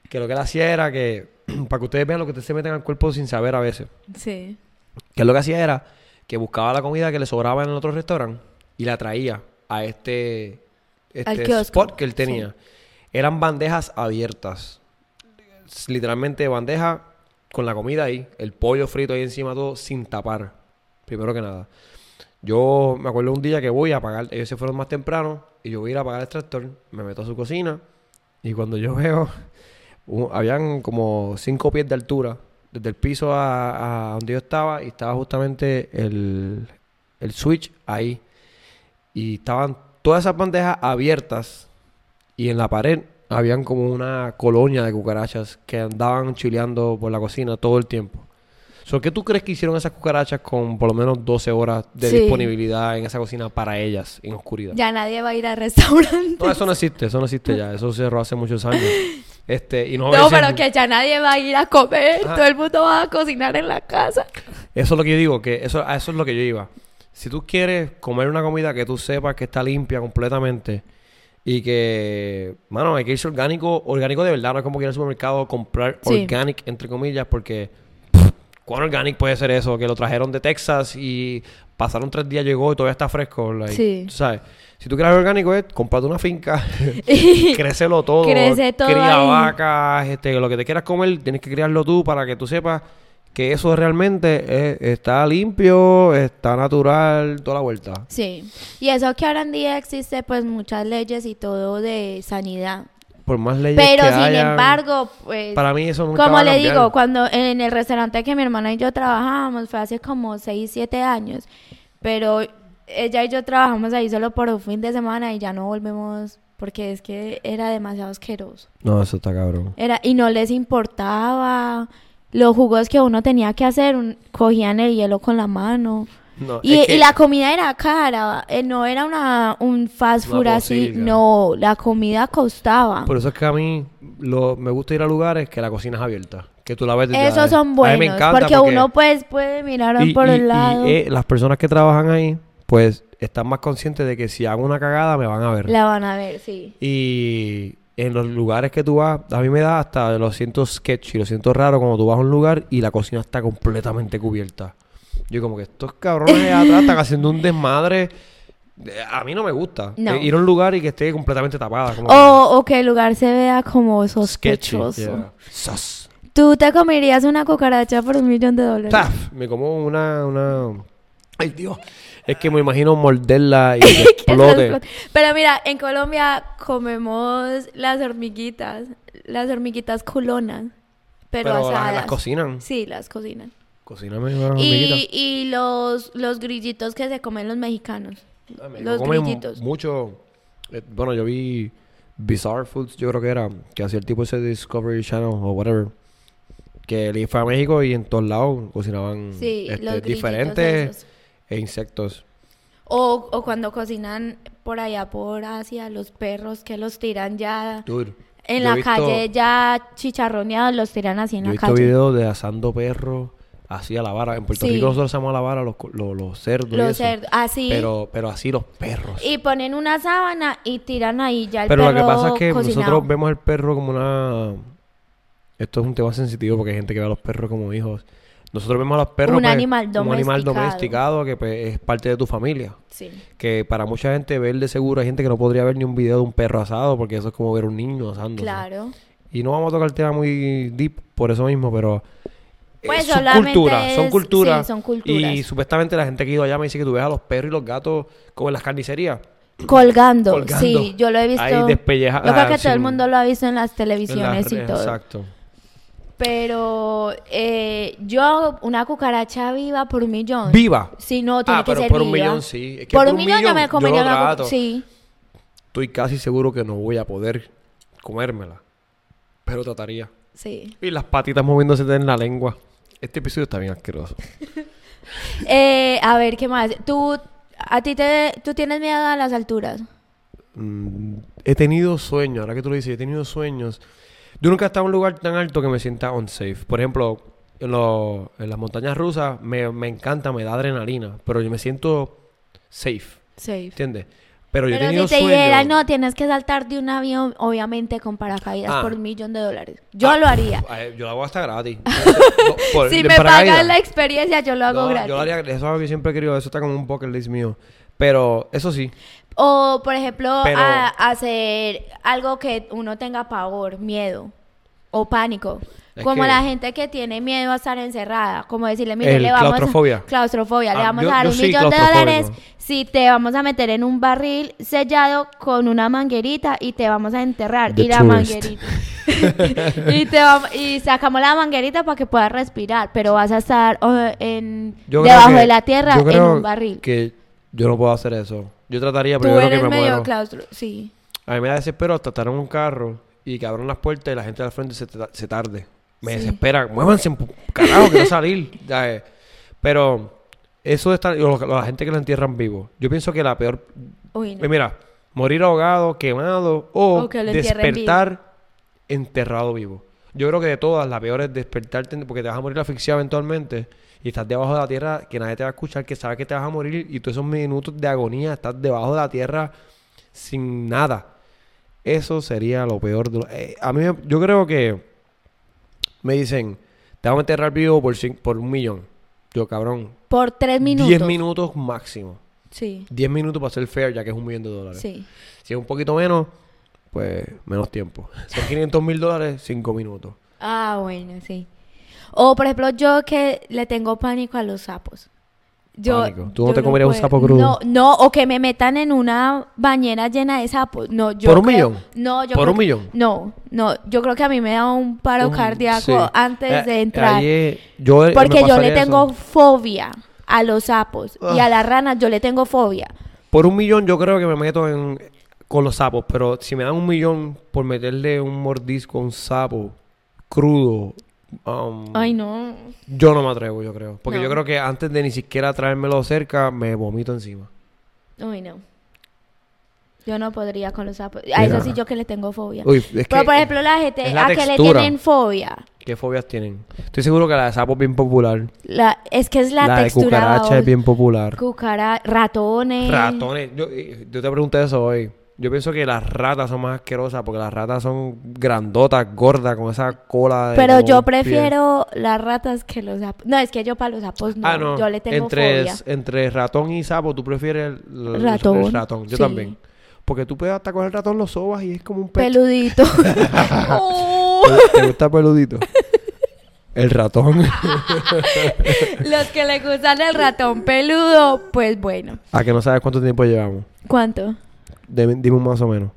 Que lo que él hacía era que, (clears throat) para que ustedes vean lo que ustedes se meten al cuerpo sin saber a veces Sí. que lo que hacía era que buscaba la comida que le sobraba en el otro restaurante y la traía a este, Al este kiosco, spot que él tenía. Eran bandejas abiertas. S- Literalmente bandeja con la comida ahí, el pollo frito ahí encima todo sin tapar. Primero que nada. Yo me acuerdo un día que voy a pagar, ellos se fueron más temprano y yo voy a ir a pagar el tractor, me meto a su cocina y cuando yo (laughs) veo, u- habían como cinco pies de altura, desde el piso a, a donde yo estaba y estaba justamente el, el switch ahí y estaban todas esas bandejas abiertas y en la pared habían como una colonia de cucarachas que andaban chileando por la cocina todo el tiempo. So, ¿Qué tú crees que hicieron esas cucarachas con por lo menos 12 horas de Sí. disponibilidad en esa cocina para ellas en oscuridad? Ya nadie va a ir al restaurante. No, eso no existe, eso no existe ya, eso cerró hace muchos (laughs) años. Este, y no, No, ese- Ah. pero que ya nadie va a ir a comer, todo el mundo va a cocinar en la casa. Eso es lo que yo digo, que eso, a eso es lo que yo iba. Si tú quieres comer una comida que tú sepas que está limpia completamente y que, mano, hay que irse orgánico, orgánico de verdad, no es como que ir al supermercado a comprar Sí. organic, entre comillas, porque, pff, ¿cuán organic puede ser eso? Que lo trajeron de Texas y pasaron tres días, llegó y todavía está fresco. like, Sí. tú ¿Sabes? Si tú quieres orgánico, es comprate una (laughs) finca, (laughs) crécelo todo, Crece todo cría ahí. vacas, este, lo que te quieras comer, tienes que criarlo tú para que tú sepas que eso realmente es- está limpio, está natural, toda la vuelta. Sí. Y eso que ahora en día existe pues muchas leyes y todo de sanidad. Por más leyes Pero que sin hayan, embargo, pues para mí eso nunca va como a le cambiar. digo, cuando en el restaurante que mi hermana y yo trabajábamos fue hace como 6, 7 años, pero ella y yo trabajamos ahí solo por un fin de semana y ya no volvemos porque es que era demasiado asqueroso. No, eso está cabrón. Era, y no les importaba los jugos que uno tenía que hacer, un- cogían el hielo con la mano. No, y, es que- y la comida era cara, eh, no era una, un fast Una food así, posilga. no, la comida costaba. Por eso es que a mí lo- me gusta ir a lugares que la cocina es abierta. Que tú la ves desde Esos adentro. son A mí buenos, me encanta porque, uno pues puede mirar y- por y- el y, lado, eh, las personas que trabajan ahí, pues están más conscientes de que si hago una cagada me van a ver. la van a ver, sí. Y en los lugares que tú vas, a mí me da hasta lo siento sketchy, lo siento raro cuando tú vas a un lugar y la cocina está completamente cubierta. Yo como que estos cabrones de atrás están haciendo un desmadre. Eh, A mí no me gusta. No. Eh, Ir a un lugar y que esté completamente tapada. Como O, o que el lugar se vea como que sketchy. sospechoso. Yeah. Sas. Tú te comerías una cucaracha por un millón de dólares. (laughs) Taf. Me como una, una... Ay, Dios. Es que me imagino morderla y que (laughs) Que eso explote. explote. Pero mira, en Colombia comemos las hormiguitas, las hormiguitas culonas, pero, Pero, las- asadas. las, cocinan. Sí, las cocinan. Cocíname una Y, hormiguita. y los, los grillitos que se comen los mexicanos. Ah, me los comen grillitos. Mucho. eh, bueno, yo vi Bizarre Foods, yo creo que era, que hacía el tipo ese Discovery Channel o whatever. Que él fue a México y en todos lados cocinaban Sí, este, los grillitos diferentes esos. e insectos. O, o cuando cocinan por allá por Asia, los perros que los tiran ya Dude, yo en he la visto- calle, ya chicharroneados, los tiran así en Yo he la visto calle. videos de asando perros así a la vara. En Puerto Sí. Rico nosotros asamos a la vara los, co- los, los cerdos. y Los eso. cerdos, así. Pero, pero así los perros. Y ponen una sábana y tiran ahí ya el Pero lo perro que pasa es que cocinado. nosotros vemos al perro como una... Esto es un tema sensitivo porque hay gente que ve a los perros como hijos. Nosotros vemos a los perros Un animal como un animal domesticado. domesticado que pues, es parte de tu familia. Sí. Que para mucha gente ver de seguro hay gente que no podría ver ni un video de un perro asado porque eso es como ver un niño asando. (clears throat) Claro. Y no vamos a tocar el tema muy deep por eso mismo, pero... eh, Pues son solamente culturas, son es- culturas. sí, son culturas. Y supuestamente la gente que ha ido allá me dice que tú ves a los perros y los gatos como en las carnicerías. Colgando, Colgando. sí, yo lo he visto. Ahí despelleja- Yo creo ah, que todo el sin- mundo lo ha visto en En las las televisiones y redes, todo. Exacto. Pero eh, yo, una cucaracha viva por un millón. Viva. Sí, no, tiene Ah, que pero ser por un viva. millón sí. Es que por, un millón, yo me comería lo una trato. cucaracha. Sí. Estoy casi seguro que no voy a poder comérmela. Pero trataría. Sí. Y las patitas moviéndose en la lengua. Este episodio está bien asqueroso. Eh, a ver, ¿qué más? Tú, a ti te, tú tienes miedo a las alturas. Mm, he tenido sueños, ahora que tú lo dices, he tenido sueños. Yo nunca he estado en un lugar tan alto que me sienta unsafe. Por ejemplo, en, lo- en las montañas rusas me, me encanta, me da adrenalina. Pero yo me siento safe, Sí. ¿entiendes? Pero yo he Pero tenido si te sueños. dijeran, no, tienes que saltar de un avión, obviamente con paracaídas Ah. por un millón de dólares. Yo Ah, lo haría. pf, ay, Yo lo hago hasta (laughs) gratis. No, por- si de me paracaídas. pagan la experiencia, yo lo hago No, gratis. Yo lo haría, eso es algo que siempre he querido. Eso está como un bucket list mío. Pero eso sí. O, por ejemplo, Pero- a- hacer algo que uno tenga pavor, miedo o pánico. Es como que- la gente que tiene miedo a estar encerrada. Como decirle, mire, El le vamos claustrofobia. a... Claustrofobia. le Ah, vamos yo- a dar yo un soy millón de claustrofóbico. dólares si te vamos a meter en un barril sellado con una manguerita y te vamos a enterrar. The y la tourist. manguerita. (laughs) y, te vam- y sacamos la manguerita para que puedas respirar. Pero vas a estar oh, en... Yo creo debajo que- de la tierra yo creo en un barril. Que yo no puedo hacer eso. Yo trataría Tú primero eres que me medio muero. claustro... Sí. A mí me da desespero hasta estar en un carro y que abran las puertas y la gente al frente se, ta- se tarde. Me Sí. desespera. Muévanse, pu- carajo, quiero salir. (laughs) Ya, eh. Pero eso de estar. lo- lo- La gente que la entierran vivo. Yo pienso que la peor. Uy, no. Eh, Mira, morir ahogado, quemado o, O que lo entierren vivo. despertar enterrado vivo. Yo creo que de todas, la peor es despertarte en- porque te vas a morir asfixiado eventualmente y estás debajo de la tierra que nadie te va a escuchar, que sabe que te vas a morir y todos esos minutos de agonía estás debajo de la tierra sin nada. Eso sería lo peor. de lo- eh, a mí, me- yo creo que me dicen, te vamos a enterrar vivo por, cin- por un millón. Yo, cabrón, Por tres minutos. 10 minutos máximo. Sí, 10 minutos para ser fair, ya que es un millón de dólares. sí. Si es un poquito menos, pues menos tiempo. (laughs) Son 500 mil dólares, 5 minutos. Ah, bueno, sí. O, por ejemplo, yo que le tengo pánico a los sapos. Yo, Pánico. ¿Tú no yo te comerías un puedo. sapo crudo? No, no, o que me metan en una bañera llena de sapos. No, yo ¿Por un creo- millón? No, yo ¿Por creo un que- millón? No, no, yo creo que a mí me da un paro Un- cardíaco sí. antes Eh, de entrar. ahí es- yo, eh, me porque yo le pasaría tengo eso. fobia a los sapos y Ah. a las ranas yo le tengo fobia. Por un millón, yo creo que me meto en, con los sapos. Pero si me dan un millón por meterle un mordisco a un sapo crudo, um, Ay, no. yo no me atrevo, yo creo. Porque No. yo creo que antes de ni siquiera traérmelo cerca, me vomito encima. Uy, no. Yo no podría con los sapos. A eso Mira. sí yo que le tengo fobia. Uy, es Pero, que- por ejemplo, la gente es la a que le textura. tienen fobia. ¿Qué fobias tienen? Estoy seguro que la de sapo es bien popular. La, es que es la, La, de textura. cucaracha babos. es bien popular. Cucara- ratones. Ratones. Yo, eh, yo te pregunté eso hoy. Yo pienso que las ratas son más asquerosas porque las ratas son grandotas, gordas, con esa cola. De Pero como yo un pie. prefiero las ratas que los sapos. No, es que yo para los sapos no. ah, no. Yo le tengo entre, fobia. entre ratón y sapo, tú prefieres el, el- Ratón. el ratón. Yo Sí. también. Porque tú puedes hasta con el ratón, lo sobas y es como un pelo. (laughs) Peludito. Oh, ¿Te gusta peludito? el ratón. (laughs) (laughs) los que le gustan el ratón peludo, pues bueno. A que no sabes cuánto tiempo llevamos. ¿Cuánto? Dime dime un más o menos.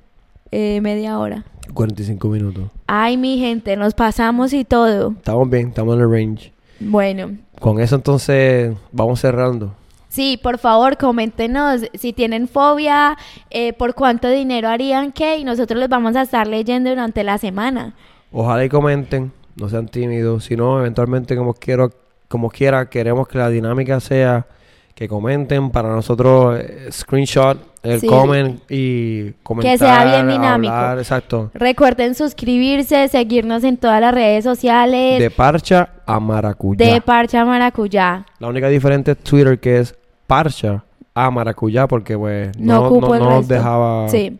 Eh, media hora. 45 minutos. Ay, mi gente, nos pasamos y todo. Estamos bien, estamos en el range. Bueno. Con eso entonces vamos cerrando. Sí, por favor, coméntenos si tienen fobia, eh, por cuánto dinero harían qué, y nosotros les vamos a estar leyendo durante la semana. Ojalá y comenten, no sean tímidos, si no, eventualmente como quiero, como quiera, queremos que la dinámica sea que comenten para nosotros eh, screenshot, el Sí. comment y comentar, sea bien dinámico. hablar, exacto. Recuerden suscribirse, seguirnos en todas las redes sociales De parcha a Eh, de, maracuyá. Parcha Maracuyá. la única diferente es Twitter que es parcha a maracuyá porque pues No, no, ocupo no- el no nos resto. dejaba Sí.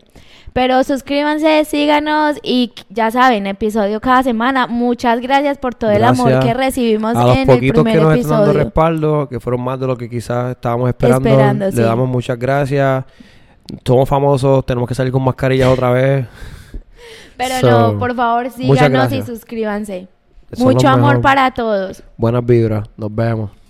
Pero suscríbanse, síganos y qu- ya saben, episodio cada semana. Muchas gracias por todo el amor Gracias que recibimos a los en el poquitos primer que nos están dando episodio. respaldo, que fueron más de lo que quizás estábamos esperando, Esperando, le sí. damos muchas gracias. Somos famosos, tenemos que salir con mascarillas otra vez. Pero So, no, por favor, muchas síganos y gracias. suscríbanse. Son los Mucho amor mejores. para todos. Buenas vibras, nos vemos.